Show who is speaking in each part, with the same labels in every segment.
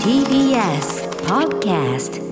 Speaker 1: TBS Podcast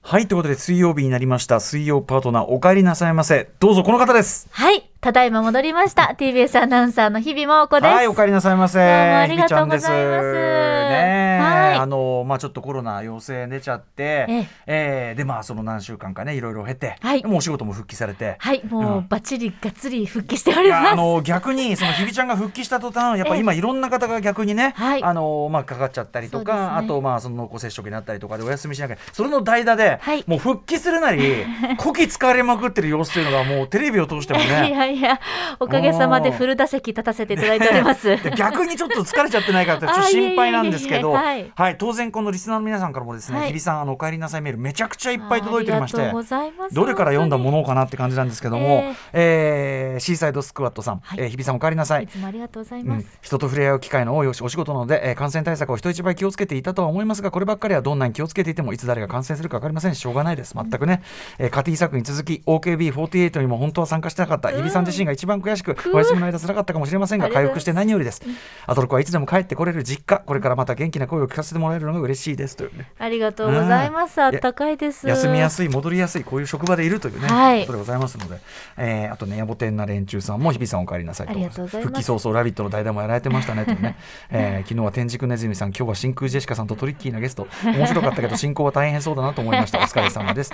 Speaker 2: はい、ということで水曜日になりました。水曜パートナー、お帰りなさいませ。どうぞこの方です。
Speaker 3: はい、ただいま戻りました。TBS アナウンサーの日々真央子です。
Speaker 2: はい、お帰りなさいませ。
Speaker 3: どうもありがとうございます
Speaker 2: ひびちゃんですねえ
Speaker 3: はい
Speaker 2: あの、まあちょっとコロナ陽性出ちゃって、
Speaker 3: え
Speaker 2: え
Speaker 3: え
Speaker 2: ーで、まあその何週間かね、いろいろ経て、
Speaker 3: はい
Speaker 2: でもうお仕事も復帰されて。
Speaker 3: はい、もう、
Speaker 2: うん
Speaker 3: バッチリがっつり復帰してお
Speaker 2: い
Speaker 3: り
Speaker 2: や
Speaker 3: ま
Speaker 2: あ
Speaker 3: す。
Speaker 2: の逆にそのひびちゃんが復帰した途端やっぱ
Speaker 3: ええ
Speaker 2: 今いろんな方が逆にね、
Speaker 3: はい
Speaker 2: あのまあかかっちゃったりとか、
Speaker 3: そうです
Speaker 2: あ
Speaker 3: ね
Speaker 2: とまあその濃厚接触になったりとかでお休みしなきゃそれの代打で、
Speaker 3: はい
Speaker 2: もう復帰するなり こき使われまくってる様子というのがもうテレビを通して も
Speaker 3: い
Speaker 2: ね。
Speaker 3: やいや、おかげさまでフル打席立たせていただいております。
Speaker 2: で 逆にちょっと疲れちゃってないかってちょっと心配なんですけど、
Speaker 3: あ
Speaker 2: はい
Speaker 3: えいえいえいえはい
Speaker 2: 当然このリスナーの皆さんからもですね、
Speaker 3: はい
Speaker 2: 日比さんあのお帰りなさいメールめちゃくちゃいっぱい届いておりまし
Speaker 3: ああ
Speaker 2: て
Speaker 3: りがとうご。ざいます。
Speaker 2: どれから読んだも
Speaker 3: の。
Speaker 2: のをかなって感じなんですけども、えーシーサイドスクワットさん、
Speaker 3: はい
Speaker 2: えー日比さんお帰りなさい
Speaker 3: いつもありがとうございうま
Speaker 2: ん
Speaker 3: す。
Speaker 2: 人と触れ合う機会の多いお仕お仕事なので、えー感染対策を人一倍気をつけていたとは思いますがこればっかりはどんなに気をつけていてもいつ誰が感染するか分かりませんしょうがないです全くね、えーカティ作に続き OKB48 にも本当は参加してなかった日比さん自身が一番悔しくお休みの間辛かったかもしれませんが
Speaker 3: ありが
Speaker 2: 回
Speaker 3: とうございます
Speaker 2: 復して何よりですアトロクはいつでも帰ってこれる実家これからまた元気な声を聞かせてもらえるのが嬉しいですというね
Speaker 3: ありがとうございます。
Speaker 2: うん
Speaker 3: あったかいです。
Speaker 2: 休みやすい戻りやすいこういう職場でいるというね、
Speaker 3: はい
Speaker 2: ことでございますので、えーあとね野暮天な連中さんも日比さんお帰りなさい
Speaker 3: ありがとうございます
Speaker 2: 復帰早々「ラビット!」の代打もやられてましたねというね、えー昨日は天竺ネズミさん今日は真空ジェシカさんとトリッキーなゲスト面白かったけど進行は大変そうだなと思い ましたお疲れ様です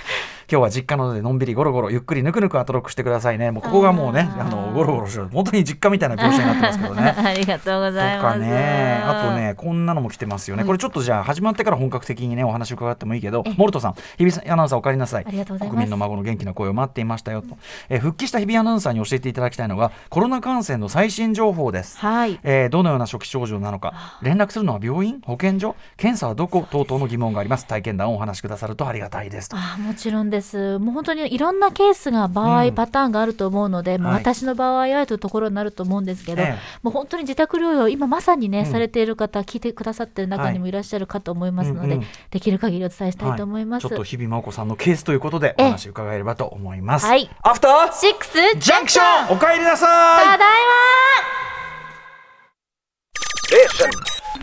Speaker 2: 今日は実家なのでのんびりゴロゴロゆっくりぬくぬくアトロックしてくださいねもうここがもうね
Speaker 3: あ
Speaker 2: あ
Speaker 3: ー
Speaker 2: のゴロゴロしろ本当に実家みたいな描写になってますけどね
Speaker 3: ありがとうご
Speaker 2: と
Speaker 3: ざいま
Speaker 2: か
Speaker 3: す。
Speaker 2: ね、あと。ね、こんなのも来てますよね。これちょっとじゃあ始まってから本格的にねお話伺ってもいいけど、モルトさん、日比さんアナウンサーお帰りなさい。
Speaker 3: ありがとうございます
Speaker 2: 国民の孫の元気な声を待っていましたよと。えー復帰した日比アナウンサーに教えていただきたいのがコロナ感染の最新情報です。
Speaker 3: はい。
Speaker 2: えーどのような初期症状なのか連絡するのは病院保健所検査はどこ等々の疑問があります体験談をお話しくださるとありがたいですと
Speaker 3: ああもちろんです。もう本当にいろんなケースが場合、
Speaker 2: うん
Speaker 3: パターンがあると思うので、もう
Speaker 2: はい
Speaker 3: 私の場合はというところになると思うんですけど、
Speaker 2: ええ
Speaker 3: もう本当に自宅療養、今まさにね、
Speaker 2: うん
Speaker 3: されている方、聞いてくださっている中にもいらっしゃるかと思いますので、
Speaker 2: はいうんうん
Speaker 3: できる限りお伝えしたいと思います。
Speaker 2: はちょっと日比真央子さんのケースということでお
Speaker 3: ええ
Speaker 2: 話伺えればと思います、
Speaker 3: はい
Speaker 2: アフター
Speaker 3: シックスジ
Speaker 2: ジャンクションお帰りなさい
Speaker 3: ただいま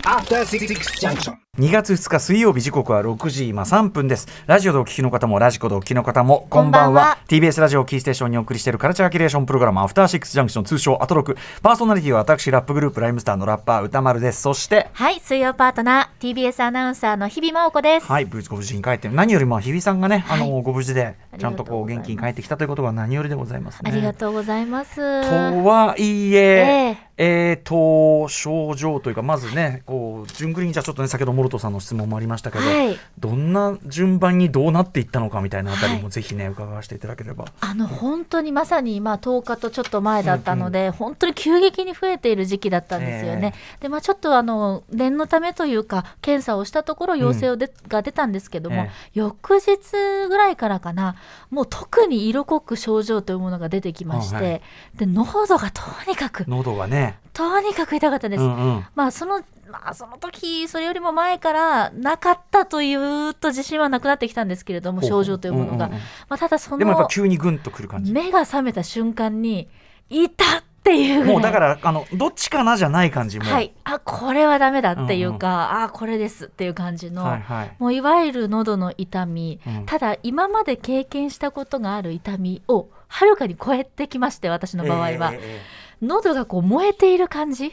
Speaker 4: After Six Junction.
Speaker 2: 2月2日水曜日時刻は6時今3分ですラジオでお聞きの方もラジコでお聞きの方もこんば
Speaker 3: こ
Speaker 2: んは
Speaker 3: んばんは
Speaker 2: TBS ラジオをキーステーションにお送りしているカルチャーキュレーションプログラムアフターシックスジャンクション通称アトロクパーソナリティは私ラップグループライムスターのラッパー歌丸ですそして
Speaker 3: はい、水曜パートナー、TBS アナウンサーの日々真央子です。
Speaker 2: はい、無事ご無事に帰って何よりも日比さんがね、あのご無事でちゃんとこう
Speaker 3: あり
Speaker 2: 元
Speaker 3: がとうございます
Speaker 2: 気に帰ってきたということが何よりでございますね
Speaker 3: ありがとうございます。
Speaker 2: とはいえ
Speaker 3: え、
Speaker 2: えーと症状というかまずねこう順繰りにじゃあちょっとね先ほどモルトさんの質問もありましたけど、
Speaker 3: はい
Speaker 2: どんな順番にどうなっていったのかみたいなあたり
Speaker 3: は
Speaker 2: もぜひね伺わせていただければ、
Speaker 3: あの本当にまさに今10日とちょっと前だったので、本当に急激に増えている時期だったんですよね。でまあ、ちょっとあの念のためというか検査をしたところ陽性をで、が出たんですけども、
Speaker 2: ええ
Speaker 3: 翌日ぐらいからかなもう特に色濃く症状というものが出てきまして、
Speaker 2: あはい
Speaker 3: で喉がとにかく
Speaker 2: 喉がね、
Speaker 3: とにかく痛かったです。
Speaker 2: うんうん
Speaker 3: まあそのまあ、その時それよりも前からなかったというと自信はなくなってきたんですけれども
Speaker 2: ほうほ
Speaker 3: 症
Speaker 2: う
Speaker 3: 状というものが、
Speaker 2: うんうんうん
Speaker 3: まあ、ただその
Speaker 2: でもやっぱ急にグンとくる感じ。
Speaker 3: 目が覚めた瞬間にいたっていうぐらい
Speaker 2: もうだからあのどっちかなじゃない感じも、
Speaker 3: はい、あこれはダメだっていうか、あこれですっていう感じの、
Speaker 2: はいはい
Speaker 3: もういわゆる喉の痛み、
Speaker 2: うん
Speaker 3: ただ今まで経験したことがある痛みをはるかに超えてきまして私の場合は、
Speaker 2: えええ
Speaker 3: 喉がこう燃えている感じ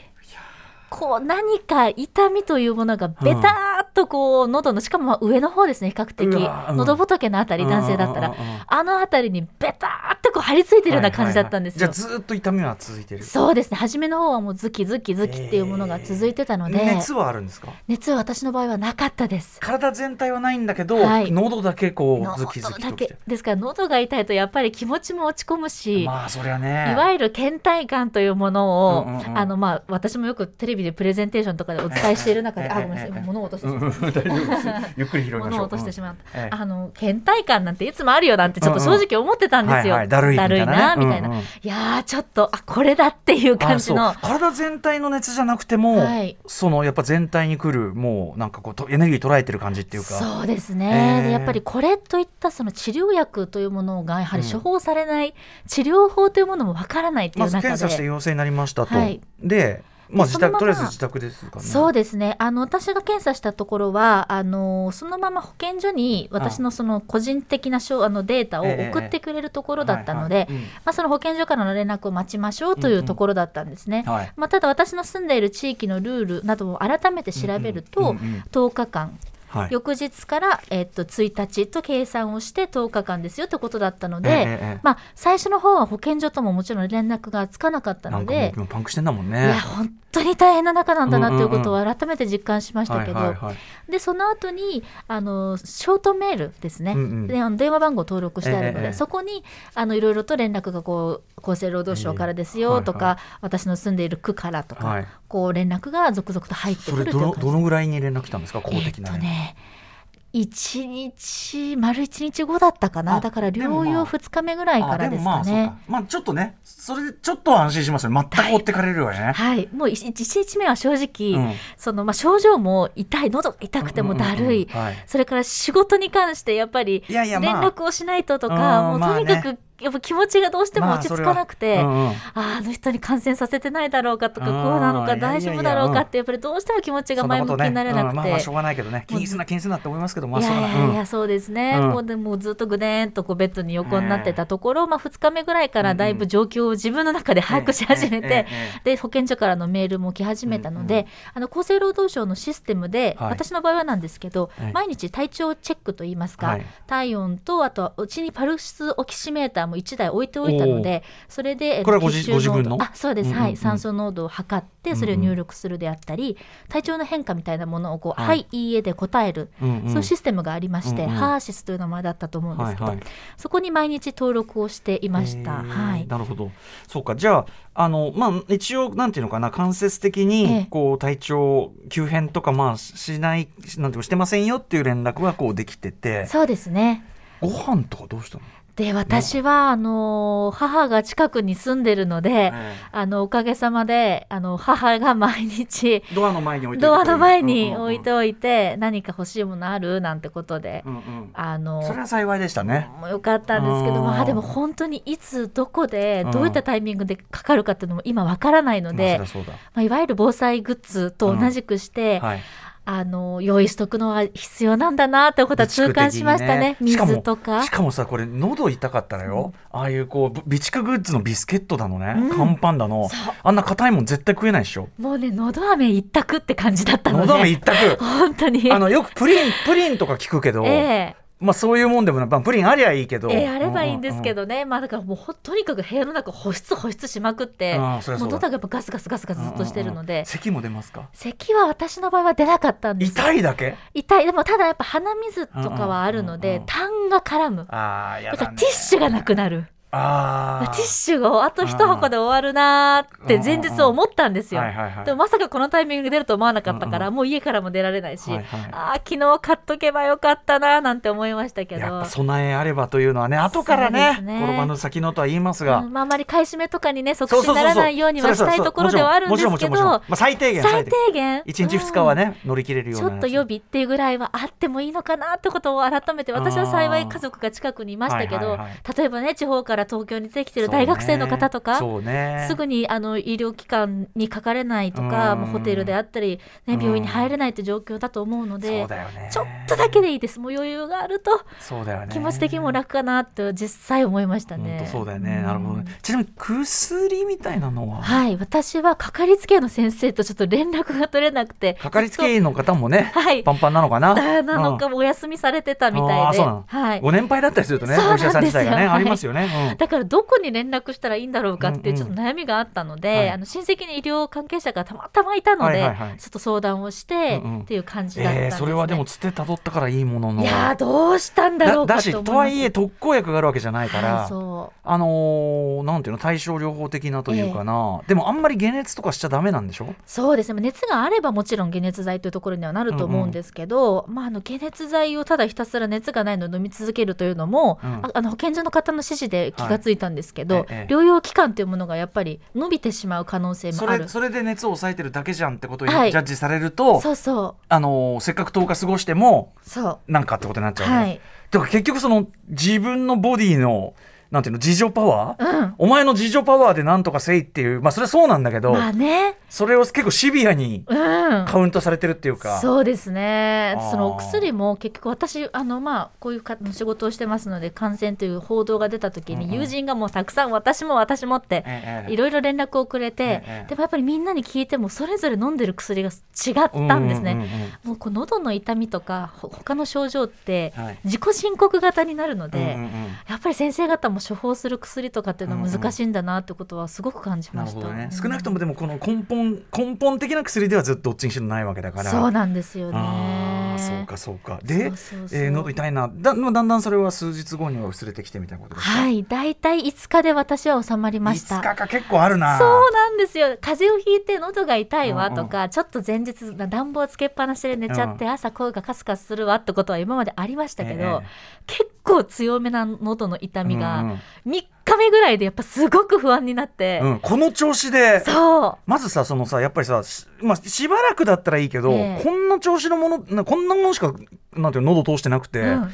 Speaker 3: こう何か痛みというものがベターっとこう喉のしかもまあ上の方ですね比較的
Speaker 2: うわうん
Speaker 3: 喉仏のあた
Speaker 2: えええ
Speaker 3: り男性だった
Speaker 2: うん
Speaker 3: ら
Speaker 2: うんうんうん
Speaker 3: あのあたりにベターっとこう張り付いてるような感じだったんですよ。
Speaker 2: はいはいはいじゃあずーっと痛みは続いてる。
Speaker 3: そうですね初めの方はもうズキズキズキっていうものが続いてたので、
Speaker 2: えー熱はあるんですか。
Speaker 3: 熱は私の場合はなかったです。
Speaker 2: 体全体はないんだけど、
Speaker 3: はい
Speaker 2: 喉だけこうズ
Speaker 3: 喉
Speaker 2: キズキ
Speaker 3: だ
Speaker 2: とき
Speaker 3: け
Speaker 2: て。
Speaker 3: ですから喉が痛いとやっぱり気持ちも落ち込むし、
Speaker 2: まあそりゃね。
Speaker 3: いわゆる倦怠感というものを、
Speaker 2: うんうんうん
Speaker 3: あのまあ私もよくテレビでプレゼンテーションとかでお伝えしている中で、
Speaker 2: ええ
Speaker 3: あごめんなさい
Speaker 2: ええ
Speaker 3: 今物を落として
Speaker 2: う
Speaker 3: し
Speaker 2: ん
Speaker 3: まっ
Speaker 2: 大丈夫です。ゆっくり拾い
Speaker 3: た
Speaker 2: ましょう。
Speaker 3: 物を落としてしまった、
Speaker 2: うんええ
Speaker 3: あの倦怠感なんていつもあるよなんてちょっと正直思ってたんですよ、
Speaker 2: はいはいだるいみたいなね
Speaker 3: だるいなみたいな、
Speaker 2: うんうん
Speaker 3: いやーちょっとあこれだっていう感
Speaker 2: あ
Speaker 3: じ
Speaker 2: そう
Speaker 3: の
Speaker 2: 体全体の熱じゃなくても、
Speaker 3: はい
Speaker 2: そのやっぱ全体に来るもうなんかこうとエネルギー捉えてる感じっていうか
Speaker 3: そうですね、
Speaker 2: えー
Speaker 3: でやっぱりこれといったその治療薬というものがやはり処方されない、治療法というものもわからないという
Speaker 2: ま
Speaker 3: 中で、
Speaker 2: ず検査して陽性になりましたと、
Speaker 3: はい
Speaker 2: でまあ自
Speaker 3: そのま
Speaker 2: 宅
Speaker 3: ま
Speaker 2: とりあえず自宅ですかね。
Speaker 3: そうですねあの私が検査したところはあのそのまま保健所に私のその個人的な証あのデータを
Speaker 2: ええ
Speaker 3: 送ってくれるところだったので、
Speaker 2: はいはいうん
Speaker 3: まあ、その保健所からの連絡を待ちましょうというところだったんですね。
Speaker 2: はい
Speaker 3: まあ、ただ私の住んでいる地域のルールなどを改めて調べると、
Speaker 2: うんうんうんうん
Speaker 3: 10日間
Speaker 2: はい
Speaker 3: 翌日から、えっと1日と計算をして10日間ですよってことだったので、
Speaker 2: ええええ
Speaker 3: まあ、最初の方は保健所とももちろん連絡がつかなかった
Speaker 2: なん
Speaker 3: の
Speaker 2: かもう
Speaker 3: で。
Speaker 2: 今パンクしてんだもん
Speaker 3: い
Speaker 2: ね
Speaker 3: や。本当に大変な中なんだなということ
Speaker 2: う
Speaker 3: を改めて実感しましたけど、
Speaker 2: はいはいはい
Speaker 3: でその後にあのショートメールですね、
Speaker 2: うんうん
Speaker 3: であの電話番号登録してあるの
Speaker 2: ええ
Speaker 3: で、
Speaker 2: ええ
Speaker 3: そこにあのいろいろと連絡がこう厚生労働省からです
Speaker 2: え
Speaker 3: よ
Speaker 2: え
Speaker 3: とか、
Speaker 2: はい
Speaker 3: 私の住んでいる区からとか、
Speaker 2: はい
Speaker 3: こう連絡が続々と入って
Speaker 2: そ
Speaker 3: く
Speaker 2: れ
Speaker 3: ると
Speaker 2: ど
Speaker 3: いう
Speaker 2: の
Speaker 3: 感じ
Speaker 2: どのぐらいに連絡来たんですか公
Speaker 3: えっ
Speaker 2: 的
Speaker 3: と
Speaker 2: な。
Speaker 3: ね1日丸1日後だったかな
Speaker 2: あ
Speaker 3: だから
Speaker 2: でも
Speaker 3: 療
Speaker 2: まあ
Speaker 3: 養2日目ぐらいか
Speaker 2: あ
Speaker 3: ら
Speaker 2: で
Speaker 3: で
Speaker 2: も
Speaker 3: す
Speaker 2: ま
Speaker 3: か
Speaker 2: あ
Speaker 3: ね。
Speaker 2: そうか。まあちょっとねそれでちょっとは安心しますよね全く追ってかれるよりはね。
Speaker 3: はい、もう一一日目は正直、
Speaker 2: うん
Speaker 3: そのまあ、症状も痛い喉が痛くてもだるい、
Speaker 2: うんうんうんはい
Speaker 3: それから仕事に関してやっぱり
Speaker 2: いやいや
Speaker 3: 連
Speaker 2: まあ
Speaker 3: 絡をしないととか、
Speaker 2: うん
Speaker 3: もうとにか
Speaker 2: ま
Speaker 3: くやっぱ気持ちがどうしても
Speaker 2: まあ
Speaker 3: 落ち着かなくて。あ
Speaker 2: それはうんうん
Speaker 3: あの人に感染させてないだろうかとか
Speaker 2: う
Speaker 3: こ
Speaker 2: ん
Speaker 3: うなのか
Speaker 2: いやいや
Speaker 3: 大
Speaker 2: いや
Speaker 3: 丈夫だろうかってやっぱりどうしても気持ちが前向きになれな
Speaker 2: そんこ
Speaker 3: く
Speaker 2: とねうんまあ
Speaker 3: て
Speaker 2: まあしょうがないけどね気にすんな気にすんなって思いますけどまあ
Speaker 3: い
Speaker 2: そ
Speaker 3: や
Speaker 2: う
Speaker 3: い
Speaker 2: だ
Speaker 3: やい
Speaker 2: な
Speaker 3: やそうですね、
Speaker 2: うん
Speaker 3: もうでもうずっとぐでんとこうベッドに横になってたところ、まあ、2日目ぐらいからだいぶ状況を自分の中で把握し始めて、
Speaker 2: ええええ
Speaker 3: で保健所からのメールも来始めたので、あの厚生労働省のシステムで、
Speaker 2: はい
Speaker 3: 私の場合はなんですけど、
Speaker 2: はい
Speaker 3: 毎日体調チェックといいますか、
Speaker 2: はい
Speaker 3: 体温とあとうちにパルスオキシメーターも1台置いておいたのでそれでえっと
Speaker 2: これはご自
Speaker 3: 血中濃度
Speaker 2: ご自分の
Speaker 3: あそうです、
Speaker 2: うんうん
Speaker 3: は
Speaker 2: うん
Speaker 3: い酸素濃度を測ってそれを入力するであったり、体調の変化みたいなものをこう、
Speaker 2: はい
Speaker 3: はい、いいえで答える、
Speaker 2: うんう
Speaker 3: そ
Speaker 2: ん
Speaker 3: ういうシステムがありまして、
Speaker 2: うんうん
Speaker 3: ハーシスという名前だったと思うんですけど、
Speaker 2: はいはい
Speaker 3: そこに毎日登録をしていました。
Speaker 2: えー
Speaker 3: はい
Speaker 2: なるほどそうかじゃああの、まあ、一応なんていうのかな間接的
Speaker 3: え
Speaker 2: に
Speaker 3: え
Speaker 2: こう体調急変とか、まあ、しないしなんていうのしてませんよっていう連絡はこうできてて
Speaker 3: そうですね
Speaker 2: ご飯とかどうしたの、
Speaker 3: で私はあの母が近くに住んでるので、あのおかげさまであの母が毎日
Speaker 2: ドアの前に置いて
Speaker 3: ドアの前に置いて
Speaker 2: おい
Speaker 3: おいて何か欲しいものあるなんてことで、
Speaker 2: うんうん
Speaker 3: あ
Speaker 2: それ
Speaker 3: の
Speaker 2: は幸いでしたね。
Speaker 3: もうよかったんですけ
Speaker 2: あ
Speaker 3: ど
Speaker 2: ー
Speaker 3: まあでも本当にいつどこで
Speaker 2: うん
Speaker 3: どういったタイミングでかかるかっていうのも今わからないので
Speaker 2: まあ、そりゃそうだ
Speaker 3: まあ、いわゆる防災グッズと同じくして、
Speaker 2: はい、
Speaker 3: あの用意しとくのは必要なんだなってことは痛感しましたね
Speaker 2: 備蓄的に
Speaker 3: 水とか
Speaker 2: しかもしかもさこれ喉痛かったらよ、ああいうこうぶ備蓄グッズのビスケットだのね、
Speaker 3: うん
Speaker 2: 乾パンだの
Speaker 3: そう
Speaker 2: あんな硬いもん絶対食えないでしょ
Speaker 3: もうね、のど飴一択って感じだったので。
Speaker 2: 喉飴一択
Speaker 3: 本当に。
Speaker 2: あのよくプリンプリンとか聞くけど、
Speaker 3: ええ
Speaker 2: まあそういうもんでもない、まあ、プリンありゃいいけど、
Speaker 3: ええあればいいんですけどね、まあだからもうほとにかく部屋の中保湿保湿しまくって、
Speaker 2: ああそりゃそ
Speaker 3: も
Speaker 2: う
Speaker 3: うのど
Speaker 2: だ
Speaker 3: がやっぱガスガスガスガ
Speaker 2: うんうん
Speaker 3: ス
Speaker 2: うん
Speaker 3: ずっとしてるの
Speaker 2: うんうん
Speaker 3: で、
Speaker 2: 咳も出ますか
Speaker 3: 咳は私の場合は出なかったんです。
Speaker 2: 痛いだけ
Speaker 3: 痛い。でもただやっぱ鼻水とかはあるの
Speaker 2: うんうん
Speaker 3: で
Speaker 2: うん、
Speaker 3: 痰が絡む。
Speaker 2: ああや
Speaker 3: だ
Speaker 2: だ、ね、
Speaker 3: からティッシュがなくなる。
Speaker 2: あ
Speaker 3: テ
Speaker 2: あ
Speaker 3: ィッシュがあと一箱で終わるなーって前日思ったんですよ。
Speaker 2: うんうんうんはいはいはい
Speaker 3: でもまさかこのタイミングで出ると思わなかったから、
Speaker 2: う
Speaker 3: もう家からも出られないし、
Speaker 2: はいはい
Speaker 3: ああ昨日買っとけばよかったなーなんて思いましたけ
Speaker 2: やっ
Speaker 3: ど
Speaker 2: ぱ。備えあればというのはね後からね
Speaker 3: そうですね
Speaker 2: 転ばぬ先のとは言いますが、
Speaker 3: うんまあ、あまり買い占めとかにね即
Speaker 2: そう
Speaker 3: 死
Speaker 2: そうそうそう
Speaker 3: にならないようにはしたいところではあるんです
Speaker 2: もち
Speaker 3: け
Speaker 2: ろもちろ
Speaker 3: ど
Speaker 2: もちろんもちろんまあ、最低限
Speaker 3: 最低限
Speaker 2: 1日2日は
Speaker 3: うん
Speaker 2: ね、乗り切れるよう
Speaker 3: ち
Speaker 2: な
Speaker 3: ょ
Speaker 2: やつ
Speaker 3: っと予備っていうぐらいはあってもいいのかなってことを改めて私は幸い家族が近くにいましたけ
Speaker 2: あーは
Speaker 3: ど
Speaker 2: いはい
Speaker 3: 例えばね地方から東京に出てきてる大学生の方とか、
Speaker 2: そうね
Speaker 3: すぐにあの医療機関にかかれないとか、
Speaker 2: うん
Speaker 3: もうホテルであったり、ね、
Speaker 2: うん
Speaker 3: 病院に入れないって状況だと思うの
Speaker 2: そう
Speaker 3: で、
Speaker 2: だよね
Speaker 3: ちょっとだけでいいですもう余裕があると
Speaker 2: そうだよね
Speaker 3: 気持ち的にも楽かなって実際思いました
Speaker 2: 本
Speaker 3: ね。
Speaker 2: 当そうだよね、
Speaker 3: ん
Speaker 2: なるほどねちなみに薬みたいなのは、
Speaker 3: はい私はかかりつけ医の先生とちょっと連絡が取れなくて
Speaker 2: かかりつけ医の方もね、
Speaker 3: はい
Speaker 2: パンパンなのかな
Speaker 3: だ なのか
Speaker 2: うん
Speaker 3: もお休みされてたみ
Speaker 2: あ
Speaker 3: た
Speaker 2: ー
Speaker 3: いで、
Speaker 2: そうなの
Speaker 3: はい、
Speaker 2: ご年配だったりするとね
Speaker 3: そう
Speaker 2: お
Speaker 3: なんで
Speaker 2: 医
Speaker 3: すよ
Speaker 2: 者さん自体がね
Speaker 3: はい
Speaker 2: ありますよね、うん
Speaker 3: だからどこに連絡したらいいんだろうかっていうちょっと悩みがあったので、
Speaker 2: うんうんはい
Speaker 3: あの親戚に医療関係者がたまたまいたので、
Speaker 2: はいはいはい
Speaker 3: ちょっと相談をして、
Speaker 2: うんうん
Speaker 3: っていう感じだったんです、
Speaker 2: え
Speaker 3: ね
Speaker 2: ー、それはでもつてたどったからいいものの
Speaker 3: いやーどうしたんだろう
Speaker 2: だ
Speaker 3: かと思い
Speaker 2: だし
Speaker 3: ます
Speaker 2: とはいえ特効薬があるわけじゃないから、
Speaker 3: はいそう
Speaker 2: あのーなんていうの対症療法的なというかな、でもあんまり解熱とかしちゃダメなんでしょ
Speaker 3: そうですね熱があればもちろん解熱剤というところにはなると思うんですけど、まあ、あの解熱剤をただひたすら熱がないのを飲み続けるというのも、
Speaker 2: うん
Speaker 3: ああの保健所の方の指示で気がついたんですけど、
Speaker 2: はいええ
Speaker 3: 療養期間というものがやっぱり伸びてしまう可能性
Speaker 2: そ
Speaker 3: もあ
Speaker 2: れ
Speaker 3: る。
Speaker 2: それで熱を抑えてるだけじゃんってことにジ
Speaker 3: はい
Speaker 2: ャッジされると、
Speaker 3: そうそ
Speaker 2: あのーせっかく10日過ごしても
Speaker 3: うそう
Speaker 2: なんかってことになっちゃうね、
Speaker 3: はい
Speaker 2: だから結局その自分のボディのなんていうの自助パワー、お前の自助パワーでなんとかせいっていうまあそれはそうなんだけど、
Speaker 3: まあね、
Speaker 2: それを結構シビアに
Speaker 3: うん、
Speaker 2: カウントされてるっていうか、
Speaker 3: そうですね
Speaker 2: あー
Speaker 3: そのお薬も結局私あの、まあ、こういうか仕事をしてますので感染という報道が出た時
Speaker 2: うんうん
Speaker 3: に友人がもうたくさん私も私もって
Speaker 2: ええ
Speaker 3: いろいろ連絡をくれて
Speaker 2: ええ
Speaker 3: でもやっぱりみんなに聞いてもそれぞれ飲んでる薬が違ったんです
Speaker 2: うんうん
Speaker 3: ね。
Speaker 2: うんうん
Speaker 3: もうこう喉の痛みとかほ他の症状って
Speaker 2: はい
Speaker 3: 自己申告型になるので、
Speaker 2: うんうんうん
Speaker 3: やっぱり先生方も処方する薬とかっていうのは難しいんだなってことはすごく感じ
Speaker 2: な
Speaker 3: ま
Speaker 2: る
Speaker 3: した。
Speaker 2: ほどね、少なくともでもこの根本根本的な薬ではずっとどっちにしろないわけだから
Speaker 3: そうなんですよね。
Speaker 2: あーそうかそうかで
Speaker 3: そうそうそう
Speaker 2: えー喉痛いなだだんだんそれは数日後には薄れてきてみたいなことですか
Speaker 3: はい、だいたい5日で私は収まりまし
Speaker 2: 5日
Speaker 3: た。
Speaker 2: か結構あるな
Speaker 3: そうなんですよ風邪をひいて喉が痛いわと
Speaker 2: う
Speaker 3: か、ちょっと前日暖房つけっぱなしで寝ちゃって、朝声がカスカスするわってことは今までありましたけど、
Speaker 2: え
Speaker 3: 結構強めな喉の痛み
Speaker 2: うんう
Speaker 3: が
Speaker 2: ん
Speaker 3: 3日目ぐらいでやっぱすごく不安になって、
Speaker 2: うん、この調子で
Speaker 3: そう
Speaker 2: まずさそのさやっぱりさし,、まあ、しばらくだったらいいけど、
Speaker 3: ええ
Speaker 2: こんな調子のものなこんなものしかなんていうの喉通してなくて、
Speaker 3: うん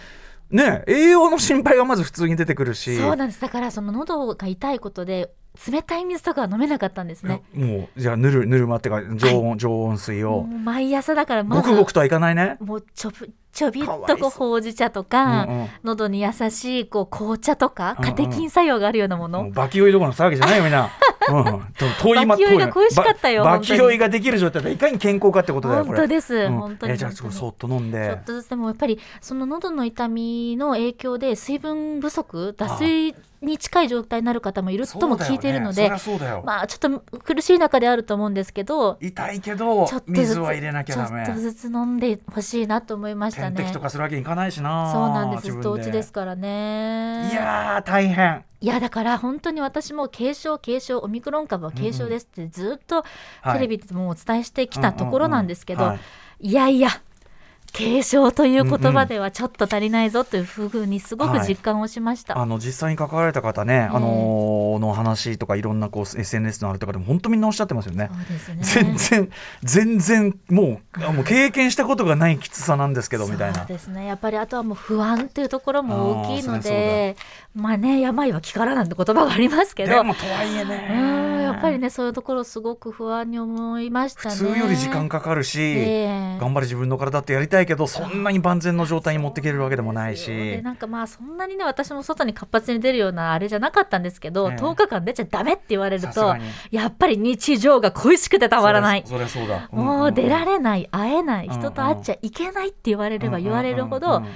Speaker 2: ね栄養の心配がまず普通に出てくるし
Speaker 3: そうなんですだからその喉が痛いことで冷たい水とかは飲めなかったんですね
Speaker 2: もうじゃあぬるぬるまってか常温、常温水
Speaker 3: も
Speaker 2: を
Speaker 3: う、毎朝だからま
Speaker 2: ご
Speaker 3: ず
Speaker 2: くごくとはいかないね。
Speaker 3: もうちょぶちょびっ
Speaker 2: かわ
Speaker 3: と
Speaker 2: いそ
Speaker 3: こ
Speaker 2: う
Speaker 3: うほうじ茶とか、
Speaker 2: うんうん
Speaker 3: 喉に優しいこう紅茶とか
Speaker 2: うんうん
Speaker 3: カテキン作用があるようなもの、
Speaker 2: もうバキ酔いどころの騒ぎじゃないよみんな。うん、と遠いま
Speaker 3: バキ酔いが恋しかったよ
Speaker 2: ババ
Speaker 3: 本当
Speaker 2: キ
Speaker 3: に
Speaker 2: 酔いができる状態でいかに健康かってことだよこ
Speaker 3: 本
Speaker 2: れ。
Speaker 3: 当です、
Speaker 2: うん
Speaker 3: 本当に
Speaker 2: えじゃあ
Speaker 3: 本当に
Speaker 2: そっと飲ん
Speaker 3: ちょ
Speaker 2: で
Speaker 3: っ。とずつでもやっぱりその喉の痛みの影響で水分不足脱水に近い状態になる方もいるとも聞いているの
Speaker 2: そ
Speaker 3: で、
Speaker 2: うだよねそりゃそうだよ。
Speaker 3: まあちょっと苦しい中であると思うんですけど
Speaker 2: 痛いけど
Speaker 3: ちょっとずつ
Speaker 2: 水は入れなきゃダメ
Speaker 3: ちょっと。ずつ飲んでほしいなと思いました
Speaker 2: 点
Speaker 3: ね
Speaker 2: 滴とかするわけにいかないしな。
Speaker 3: そうなんです
Speaker 2: 自分
Speaker 3: 同時です。からね
Speaker 2: いやー大変。
Speaker 3: いやだから本当に私も軽症軽症オミクロン株は軽症ですってずっと
Speaker 2: はい
Speaker 3: テレビでもお伝えしてきたところなんですけど、
Speaker 2: うううんはい
Speaker 3: いやいや軽症という言葉ではちょっと足りないぞというふうにすごく実感をしました。
Speaker 2: あの実際に関わられた方ね、あのーの話とかいろんなこう SNS のあれとかでも本当みんなおっしゃってますよね。
Speaker 3: そうですね
Speaker 2: 全然全然もうあもう経験したことがないきつさなんですけどみたい
Speaker 3: そう
Speaker 2: な。
Speaker 3: ですねやっぱりあとはもう不安というところも大きいの
Speaker 2: あーそりゃ
Speaker 3: でまあね病は気からなんて言葉がありますけ
Speaker 2: で
Speaker 3: ど
Speaker 2: もとはいえね
Speaker 3: うんやっぱりねそういうところすごく不安に思いました
Speaker 2: 普
Speaker 3: ね。
Speaker 2: 通より時間かかるし、
Speaker 3: ええ
Speaker 2: 頑張れ自分の体ってやりたいけどそんなに万全の状態に持っていけるわけでもないし。
Speaker 3: でなんかまあそんなにね私も外に活発に出るようなあれじゃなかったんですけど、
Speaker 2: ええ
Speaker 3: 10日間出ちゃダメって言われる
Speaker 2: さすが
Speaker 3: と
Speaker 2: に
Speaker 3: やっぱり日常が恋しくてたまらない。
Speaker 2: そりゃそりゃそうだ。んんん
Speaker 3: もう出られない会えない
Speaker 2: うんうん
Speaker 3: 人と会っちゃいけないって言われれば言われるほ
Speaker 2: う
Speaker 3: ど
Speaker 2: んうんうん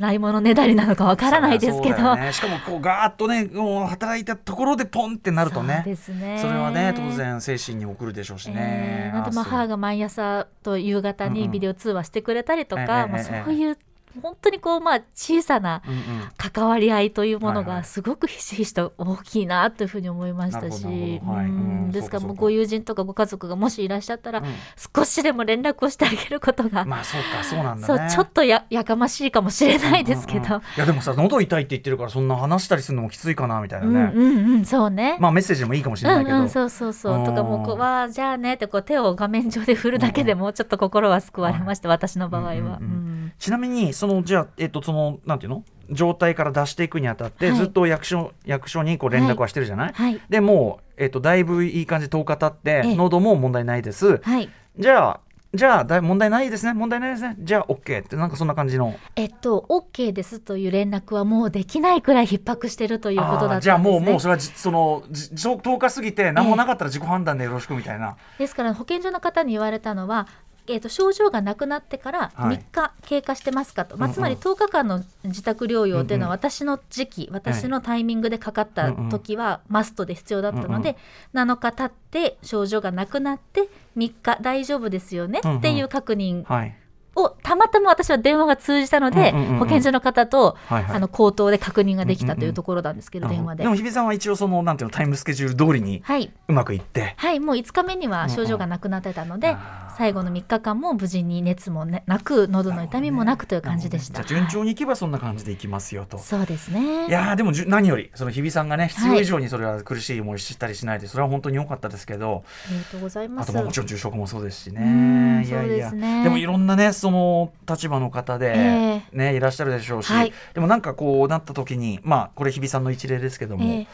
Speaker 3: ないものねだりなのかわからないですけど
Speaker 2: そりゃそうだよねしかもこうガーッとねもう働いたところでポンってなるとね
Speaker 3: そうですね
Speaker 2: それはね当然精神に送るでしょうし
Speaker 3: え
Speaker 2: ね。
Speaker 3: ーなんでまあ
Speaker 2: そう
Speaker 3: 母が毎朝と夕方
Speaker 2: うんう
Speaker 3: に
Speaker 2: ん
Speaker 3: ビデオ通話してくれたりと
Speaker 2: ええ
Speaker 3: か、まあ
Speaker 2: ええええ
Speaker 3: そういう本当にこうまあ小さな
Speaker 2: うんうん
Speaker 3: 関わり合いというもの
Speaker 2: はいはい
Speaker 3: がすごくひしひしと大きいなというふうに思いましたし、
Speaker 2: なるほどなるほどはい
Speaker 3: うん
Speaker 2: うん
Speaker 3: ですからもう
Speaker 2: そうかそうか
Speaker 3: ご友人とかご家族がもしいらっしゃったら、
Speaker 2: うん
Speaker 3: 少しでも連絡をしてあげることが、
Speaker 2: まあそうかそうなんだ
Speaker 3: そう
Speaker 2: ね。
Speaker 3: ちょっとややかましいかもしれないですけ
Speaker 2: うんうんう
Speaker 3: ど
Speaker 2: んい、やでもさ喉痛いって言ってるからそんな話したりするのもきついかなみたいな
Speaker 3: うんう
Speaker 2: ね、
Speaker 3: んうんそうね。
Speaker 2: まあメッセージでもいいかもしれないけど、
Speaker 3: うんうん、そうそうそう
Speaker 2: うん
Speaker 3: とかもうこうわあじゃあねってこう手を画面上で振るだけでもうちょっと心は救われました、私の場合は、
Speaker 2: うんうんうん
Speaker 3: うん
Speaker 2: ちなみにそのじゃあえっとそのなんていうの状態から出していくにあたって、
Speaker 3: はい
Speaker 2: ずっと役所役所にこう連絡はしてるじゃない、
Speaker 3: はい
Speaker 2: でもう、えっと、だいぶいい感じ10日経って、
Speaker 3: ええ
Speaker 2: 喉も問題ないです
Speaker 3: はい
Speaker 2: じゃあじゃあだい問題ないですね問題ないですねじゃあ OK ってなんかそんな感じの
Speaker 3: えっと OK ですという連絡はもうできないくらい逼迫してるということだったんです、
Speaker 2: あ
Speaker 3: ね、
Speaker 2: ーじゃあもうもうそれはじそのじ10日過ぎて何もなかったら自己判断でよろしくみたいな、
Speaker 3: ですから保健所の方に言われたのは、えー、と症状がなくなってから
Speaker 2: はい
Speaker 3: 3日経過してますかと、ま
Speaker 2: う
Speaker 3: あ、
Speaker 2: んうん
Speaker 3: つまり10日間の自宅療養というのは
Speaker 2: うん
Speaker 3: 私の時期、私のタイミングでかかった時はマストで必要だったので、7日経って症状がなくなって3日大丈夫ですよね
Speaker 2: うんうん
Speaker 3: っていう確認
Speaker 2: はい、
Speaker 3: をたまたま私は電話が通じたので、
Speaker 2: うんうんうんうん
Speaker 3: 保健所の方と、
Speaker 2: はいはい
Speaker 3: あの口頭で確認ができたと
Speaker 2: ん
Speaker 3: い
Speaker 2: うんう
Speaker 3: うんところなんですけど、電話で。
Speaker 2: でも日比さんは一応そのなんていうのタイムスケジュール通りに
Speaker 3: はい、
Speaker 2: うまくいって、
Speaker 3: はい、もう5日目には症状がなくなってたので、
Speaker 2: うんうんあー
Speaker 3: 最後の3日間も無事に熱もねなく喉の痛みもなくという感じでした。
Speaker 2: なるほどねじゃあ順調
Speaker 3: はい
Speaker 2: にいけばそんな感じでいきますよと。
Speaker 3: そうです
Speaker 2: い
Speaker 3: ね。
Speaker 2: やーでもじゅ何よりその日比さんがね必要以上にそれは苦しい思いしたりしないでそれは本当に良かったですけど、
Speaker 3: ありがとうございま
Speaker 2: あ
Speaker 3: す
Speaker 2: と。まあもちろん重症化もそうですし
Speaker 3: うん
Speaker 2: ねい
Speaker 3: そ
Speaker 2: や
Speaker 3: う
Speaker 2: い
Speaker 3: で
Speaker 2: や
Speaker 3: すね
Speaker 2: でもいろんなねそその立場の方で、
Speaker 3: え
Speaker 2: ね、いらっしゃるでしょうし、
Speaker 3: はい
Speaker 2: でもなんかこうなった時にまあこれ日比さんの一例ですけども、
Speaker 3: ええ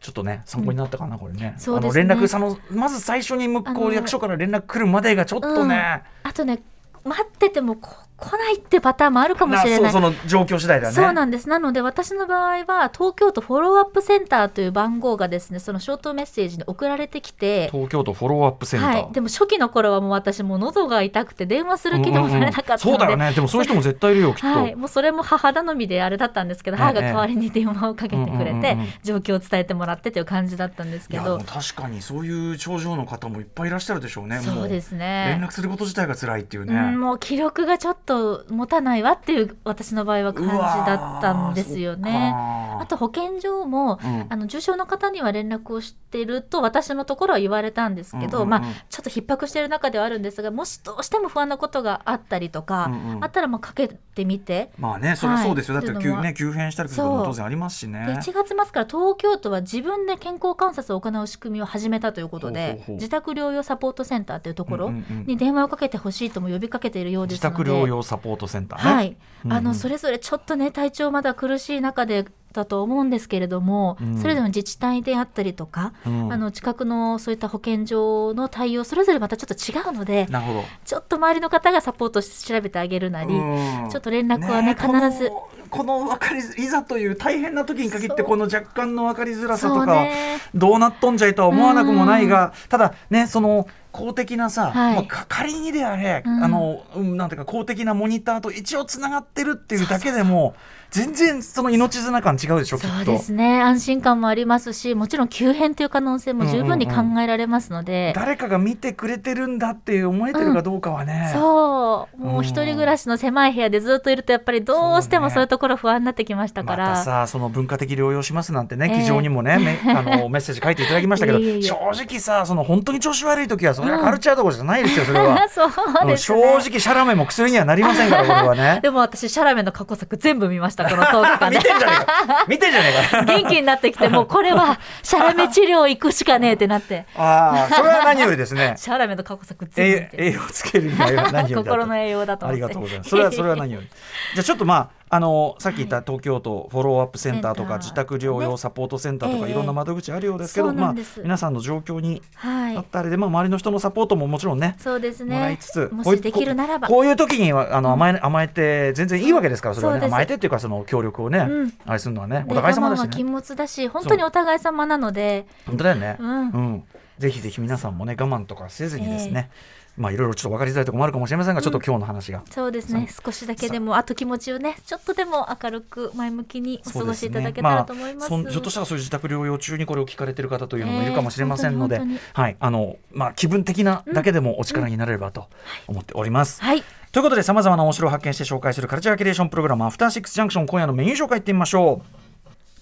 Speaker 2: ちょっとね参考になったかな、これね
Speaker 3: そう
Speaker 2: あ
Speaker 3: で
Speaker 2: の
Speaker 3: すね
Speaker 2: 連絡そのまず最初に向こ
Speaker 3: あ
Speaker 2: う
Speaker 3: の
Speaker 2: 役所から連絡来るまでがちょっとね、
Speaker 3: あとね待っててもこ来ないってパターンもあるかもしれ
Speaker 2: そ
Speaker 3: な
Speaker 2: う
Speaker 3: い
Speaker 2: その状況次第だね
Speaker 3: そうなんです。なので、私の場合は、東京都フォローアップセンターという番号がですね、そのショートメッセージに送られてきて、
Speaker 2: 東京都フォローアップセンター、
Speaker 3: はい、でも初期の頃はもう私もう喉が痛くて電話する気にもなれなかった
Speaker 2: うんうんうんそう
Speaker 3: の
Speaker 2: だ
Speaker 3: で、
Speaker 2: よねでもそういう人も絶対いるよきっと、
Speaker 3: はい、もうそれも母頼みであれだったんですけど、
Speaker 2: ええ
Speaker 3: 母が代わりに電話をかけてくれ
Speaker 2: うんうんう
Speaker 3: て
Speaker 2: んうん、
Speaker 3: 状況を伝えてもらってという感じだったんです
Speaker 2: い
Speaker 3: け
Speaker 2: やでも
Speaker 3: ど、
Speaker 2: 確かにそういう症状の方もいっぱいいらっしゃるでしょうねも
Speaker 3: そうです
Speaker 2: 連
Speaker 3: ね。
Speaker 2: 絡すること自体が辛いっていうね、
Speaker 3: うん、もう記録がちょっと持たないわっていう私の場合は感じだったんですよね。あ
Speaker 2: あ
Speaker 3: と保健所も、
Speaker 2: うん
Speaker 3: あの重症の方には連絡をしてると私のところは言われたんですけど、
Speaker 2: うんうんうん
Speaker 3: まあ、ちょっと逼迫してる中ではあるんですがもしどうしても不安なことがあったりとか、
Speaker 2: うんうん
Speaker 3: あったらまあかけてみて。
Speaker 2: まあねそれはそうですよ、
Speaker 3: はい
Speaker 2: だって
Speaker 3: っていうの
Speaker 2: 急,、
Speaker 3: は
Speaker 2: ね、急変したりすることも
Speaker 3: そう
Speaker 2: 当然ありますし
Speaker 3: で
Speaker 2: ね
Speaker 3: 1月末から東京都は自分で健康観察を行う仕組みを始めたということ
Speaker 2: ほう
Speaker 3: で
Speaker 2: ほうほう
Speaker 3: 自宅療養サポートセンターというとこ
Speaker 2: う
Speaker 3: ろ
Speaker 2: んうんうん
Speaker 3: に電話をかけてほしいとも呼びかけているようで
Speaker 2: 自
Speaker 3: すので
Speaker 2: 宅療養サポートセンターね、
Speaker 3: はい、
Speaker 2: うんうん
Speaker 3: あのそれぞれちょっとね体調まだ苦しい中でだと思うんですけれども、
Speaker 2: うん
Speaker 3: それぞれの自治体であったりとか、
Speaker 2: うん
Speaker 3: あの近くのそういった保健所の対応それぞれまたちょっと違うので
Speaker 2: なるほど
Speaker 3: ちょっと周りの方がサポートして調べてあげるなり、
Speaker 2: うん
Speaker 3: ちょっと連絡は
Speaker 2: ね
Speaker 3: ね
Speaker 2: え
Speaker 3: 必ず
Speaker 2: このこの分かりづいざという大変な時に限って
Speaker 3: そう
Speaker 2: この若干の分かりづらさと
Speaker 3: そう
Speaker 2: かは
Speaker 3: ね
Speaker 2: どうなっとんじゃいとは思わなくもないがただねその公的なさ、
Speaker 3: はい
Speaker 2: まあか仮にであれ、
Speaker 3: うん
Speaker 2: あのうんなんていうか公的なモニターと一応つながってるっていうだけでも全然その命綱感違うでしょきっ
Speaker 3: そう
Speaker 2: と
Speaker 3: で。すね安心感もありますしもちろん急変という可能性も十分に考えられますので、
Speaker 2: 誰かが見てくれてるんだっていう思えてるかどうかはね、
Speaker 3: そうも
Speaker 2: うん
Speaker 3: う一人暮らしの狭い部屋でずっといるとやっぱりどうしても
Speaker 2: そ
Speaker 3: そう
Speaker 2: うね
Speaker 3: いうところ不安になってきましたか
Speaker 2: ま
Speaker 3: ら。
Speaker 2: たさその文化的療養しますなんてね、
Speaker 3: ええ
Speaker 2: 議場にもね めあのメッセージ書いていただきましたけど
Speaker 3: いえいえいえ。
Speaker 2: 正直さその本当に調子悪い時はそれはカルチャーどころじゃないですよそれ は
Speaker 3: そう
Speaker 2: うん
Speaker 3: です
Speaker 2: 正
Speaker 3: ね、。
Speaker 2: 直シャラメも薬にはなりませんからこれはね
Speaker 3: でも私シャラメの過去作全部見ました この10日間で
Speaker 2: 見てんじゃねえか見てんじゃねえか
Speaker 3: 元気になってきてもうこれはシャラメ治療行くしかねえってなって
Speaker 2: ああそれは何よりです ね
Speaker 3: シャラメの過去作全部見
Speaker 2: 栄
Speaker 3: て
Speaker 2: 栄養つけるには何より だと
Speaker 3: 心の栄養だと
Speaker 2: あ
Speaker 3: 思っ
Speaker 2: り
Speaker 3: て
Speaker 2: がとうございますそれはそれは何よりじゃあちょっとまああのさっき言った東京都フォローアップセンターとか
Speaker 3: セ
Speaker 2: 自
Speaker 3: ンター
Speaker 2: 宅療養サポートセンターとか
Speaker 3: ね
Speaker 2: いろんな窓口あるようですけ
Speaker 3: え
Speaker 2: ど
Speaker 3: えそう
Speaker 2: ま
Speaker 3: な
Speaker 2: あ
Speaker 3: んです
Speaker 2: 皆さんの状況に
Speaker 3: は
Speaker 2: あっ
Speaker 3: い
Speaker 2: たあれでまあ周りの人のサポートももちろんね
Speaker 3: そうです
Speaker 2: もらい
Speaker 3: ね
Speaker 2: つつ、
Speaker 3: も
Speaker 2: こうい
Speaker 3: しできるならば
Speaker 2: こうこういう時にはあの甘え甘えて全然いいわけですからそれはね
Speaker 3: そうです
Speaker 2: 甘えてっていうかその協力をね、
Speaker 3: うん
Speaker 2: あれするのはねお
Speaker 3: で
Speaker 2: 互い様だ
Speaker 3: 我慢
Speaker 2: し
Speaker 3: は
Speaker 2: ね
Speaker 3: 禁物だし本当にお互い様なので
Speaker 2: 本当だよね、
Speaker 3: うん
Speaker 2: ぜひぜひ皆さんもね我慢とかせずにですね、まあいろいろちょっと分かりづらいところもあるかもしれませんが、ちょっと今日の話が
Speaker 3: そうですね少しだけでもあと気持ちをねちょっとでも明るく前向きにお過ごしいただけたらと思います
Speaker 2: そうでねまあ、そんひょっとしたらそういう自宅療養中にこれを聞かれてる方というのもいるかもしれませんので、
Speaker 3: ええ本当に
Speaker 2: はいあのまあ気分的なだけでもお力になれればと思っております。
Speaker 3: はい
Speaker 2: ということでさまざまな面白を発見して紹介するカルチャーキュレーションプログラム「アフターシックスジャンクション」今夜のメニュー紹介いってみましょう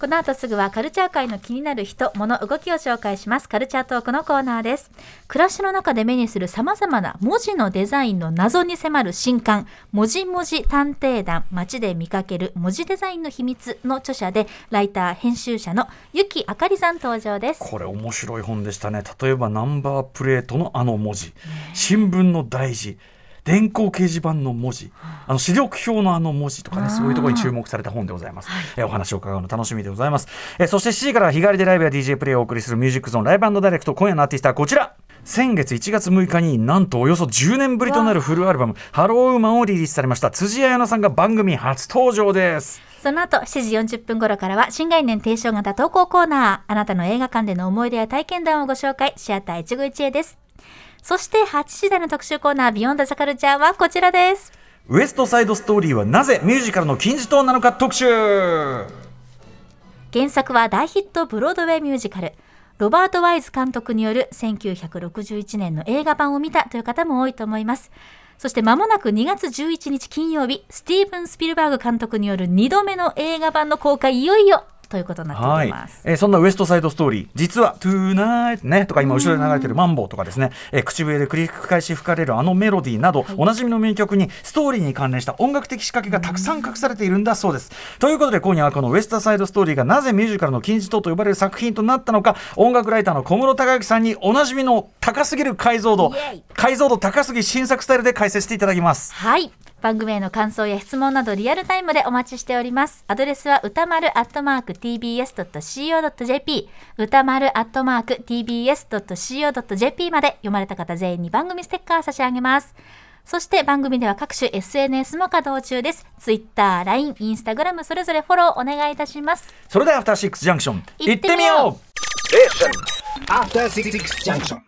Speaker 3: この後すぐはカルチャー界の気になる人、物、動きを紹介します。カルチャートークのコーナーです。暮らしの中で目にする様々な文字のデザインの謎に迫る新刊、文字文字探偵団、街で見かける文字デザインの秘密の著者で、ライター、編集者のゆきあかりさん登場です。
Speaker 2: これ面白い本でしたね例えばナンバープレートのあの文字新聞の大字電光掲示板の文字あの視力表のあの文字とかねそういうところに注目された本でございます、えお話を伺うの楽しみでございますえそして7時からは日替わりでライブや DJ プレイをお送りするミュージックゾーンライブダイレクト今夜のアーティストはこちら先月1月6日になんとおよそ10年ぶりとなるフルアルバム「ハローウーマン」をリリースされました辻彩菜さんが番組初登場です
Speaker 3: その後、7時40分頃からは、新概念提唱型投稿コーナー。あなたの映画館での思い出や体験談をご紹介、シアター一期一会です。そして、8時台の特集コーナー、ビヨンドザカルチャーはこちらです。
Speaker 2: ウエストサイドストーリーはなぜミュージカルの金字塔なのか特集
Speaker 3: 原作は大ヒットブロードウェイミュージカル。ロバート・ワイズ監督による1961年の映画版を見たという方も多いと思います。そして間もなく2月11日金曜日、スティーブン・スピルバーグ監督による2度目の映画版の公開、いよいよということになってお
Speaker 2: は
Speaker 3: り
Speaker 2: い
Speaker 3: ます。、
Speaker 2: えーそんなウエストサイドストーリー、実は、トゥーナイトね、とか、今後ろで流れてるマンボウとかですね、えー口笛で繰り返し吹かれるあのメロディーなど、おなじみの名曲に、ストーリーに関連した音楽的仕掛けがたくさん隠されているんだそうです。ということで、今夜はこのウエストサイドストーリーがなぜミュージカルの金字塔と呼ばれる作品となったのか、音楽ライターの小室孝之さんに、おなじみの高すぎる解像度
Speaker 3: イエイ、
Speaker 2: 解像度高すぎ新作スタイルで解説していただきます。
Speaker 3: はい。番組への感想や質問などリアルタイムでお待ちしております。アドレスは歌丸アットマーク tbs.co.jp 歌丸アットマーク tbs.co.jp まで読まれた方全員に番組ステッカー差し上げます。そして番組では各種 SNS も稼働中です。Twitter、LINE、Instagram それぞれフォローお願いいたします。
Speaker 2: それでは、アフターシックスジャンクション、
Speaker 3: 行
Speaker 2: 行
Speaker 3: っ
Speaker 2: ってて
Speaker 3: み
Speaker 2: み
Speaker 3: よう
Speaker 2: よう
Speaker 4: After Six Junction.